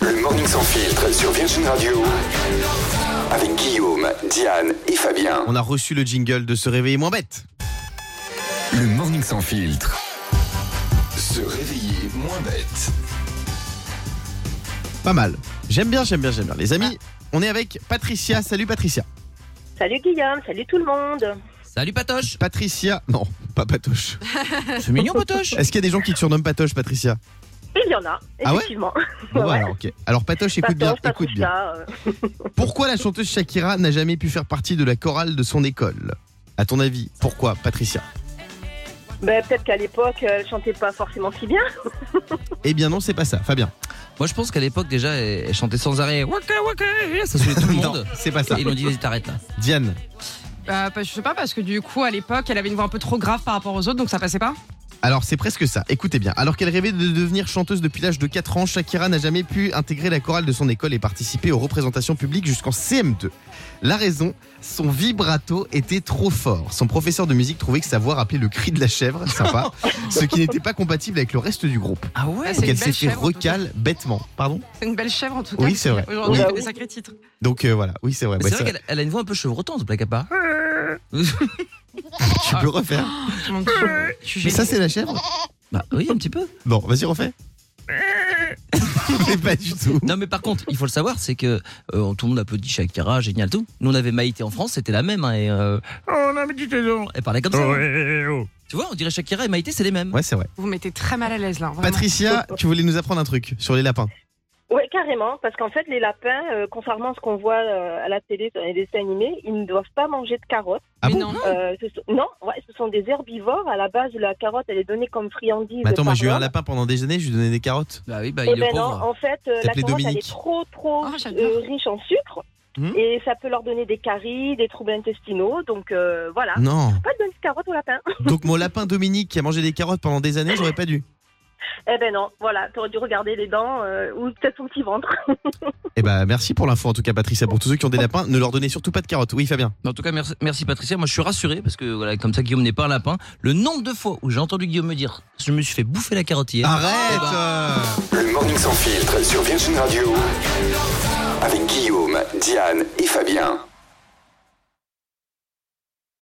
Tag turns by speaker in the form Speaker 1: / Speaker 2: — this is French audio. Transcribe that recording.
Speaker 1: Le Morning Sans Filtre sur Virgin Radio. Avec Guillaume, Diane et Fabien.
Speaker 2: On a reçu le jingle de se réveiller moins bête.
Speaker 1: Le Morning Sans Filtre. Se réveiller moins bête.
Speaker 2: Pas mal. J'aime bien, j'aime bien, j'aime bien. Les amis, on est avec Patricia. Salut Patricia.
Speaker 3: Salut Guillaume, salut tout le monde.
Speaker 4: Salut Patoche
Speaker 2: Patricia, non, pas Patoche.
Speaker 4: C'est mignon Patoche
Speaker 2: Est-ce qu'il y a des gens qui te surnomment Patoche, Patricia
Speaker 3: Il y en a,
Speaker 2: Ah ouais
Speaker 3: effectivement.
Speaker 2: Bon, alors, ok. Alors Patoche, écoute bien,
Speaker 3: Patoche,
Speaker 2: écoute bien.
Speaker 3: Patrouchka, euh,
Speaker 2: Pourquoi la chanteuse Shakira n'a jamais pu faire partie de la chorale de son école À ton avis, pourquoi Patricia
Speaker 3: ben, Peut-être qu'à l'époque, elle chantait pas forcément si bien.
Speaker 2: Eh bien non, c'est pas ça, Fabien.
Speaker 4: Moi je pense qu'à l'époque déjà elle elle chantait sans arrêt Waka waka Ça saoulait tout le
Speaker 2: Non,
Speaker 4: monde
Speaker 2: c'est pas ça.
Speaker 4: Et ils l'ont dit vas-y, t'arrêtes là
Speaker 2: Diane,
Speaker 5: Bah, bah, je sais pas, parce que du coup, à l'époque, elle avait une voix un peu trop grave par rapport aux autres, donc ça passait pas.
Speaker 2: Alors c'est presque ça, écoutez bien. Alors qu'elle rêvait de devenir chanteuse depuis l'âge de 4 ans, Shakira n'a jamais pu intégrer la chorale de son école et participer aux représentations publiques jusqu'en CM2. La raison, son vibrato était trop fort. Son professeur de musique trouvait que sa voix rappelait le cri de la chèvre, sympa, ce qui n'était pas compatible avec le reste du groupe.
Speaker 4: Ah ouais
Speaker 5: C'est une
Speaker 2: Donc elle
Speaker 5: belle
Speaker 2: s'est fait
Speaker 5: chèvre, en tout cas.
Speaker 2: recal bêtement, pardon
Speaker 5: C'est une belle chèvre en tout cas.
Speaker 2: Oui, c'est vrai.
Speaker 5: Aujourd'hui,
Speaker 3: Oui.
Speaker 5: elle fait des sacrés titres.
Speaker 2: Donc euh, voilà, oui c'est vrai.
Speaker 4: Mais
Speaker 2: Bah,
Speaker 4: c'est
Speaker 2: c'est
Speaker 4: vrai qu'elle elle a une voix un peu chevrotante, blague à part.
Speaker 2: vrai. Tu peux refaire.
Speaker 5: Tout le monde- je suis
Speaker 2: Mais ça
Speaker 5: gênée.
Speaker 2: c'est la chèvre
Speaker 4: Bah oui, un petit peu.
Speaker 2: Bon, vas-y refais. Mais pas du tout.
Speaker 4: Non, mais par contre, il faut le savoir, c'est que euh, tout le monde applaudit Shakira, génial tout. Nous, on avait Maïté en France, c'était la même. hein, et euh, on a mis du thé-don. Elle parlait comme ça. hein. Tu vois, on dirait Shakira et Maïté, c'est les mêmes.
Speaker 2: Ouais c'est vrai.
Speaker 5: Vous me mettez très mal à l'aise là. vraiment.
Speaker 2: Patricia, tu voulais nous apprendre un truc sur les lapins.
Speaker 3: Oui, carrément, parce qu'en fait, les lapins, euh, contrairement à ce qu'on voit euh, à la télé dans les dessins animés, ils ne doivent pas manger de carottes.
Speaker 2: Ah
Speaker 5: Mais
Speaker 2: bon
Speaker 5: non.
Speaker 3: Euh, ce sont- Non, ouais, ce sont des herbivores. À la base, la carotte, elle est donnée comme friandise.
Speaker 2: Mais attends, moi
Speaker 3: par
Speaker 2: j'ai eu un
Speaker 3: l'homme.
Speaker 2: lapin pendant des années, je lui donnais des carottes.
Speaker 4: Bah oui, bah
Speaker 3: Eh
Speaker 4: il est
Speaker 3: ben non,
Speaker 4: pauvre.
Speaker 3: en fait, euh, la
Speaker 2: T'appelais
Speaker 3: carotte, elle
Speaker 2: Dominique. Ah,
Speaker 3: est trop, trop
Speaker 5: Oh, j'adore.
Speaker 3: euh, riche en sucre.
Speaker 2: Hmm.
Speaker 3: Et ça peut leur donner des caries, des troubles intestinaux. Donc euh,
Speaker 5: Ah.
Speaker 3: voilà.
Speaker 2: Non.
Speaker 3: Pas de bonnes carottes au lapin.
Speaker 2: Donc mon lapin Dominique qui a mangé des carottes pendant des années, j'aurais pas dû.
Speaker 3: Eh ben non, voilà, t'aurais dû regarder les dents euh, ou peut-être son petit ventre.
Speaker 2: Eh ben merci pour l'info en tout cas Patricia. Pour tous ceux qui ont des lapins, ne leur donnez surtout pas de carottes. Oui Fabien.
Speaker 4: En tout cas, merci, merci Patricia. Moi, je suis rassuré parce que voilà, comme ça, Guillaume n'est pas un lapin. Le nombre de fois où j'ai entendu Guillaume me dire, je me suis fait bouffer la carotte hier.
Speaker 2: Arrête
Speaker 4: Eh ben,
Speaker 2: euh.
Speaker 1: Le Morning Sans Filtre sur Virgin Radio. Avec Guillaume, Diane et Fabien.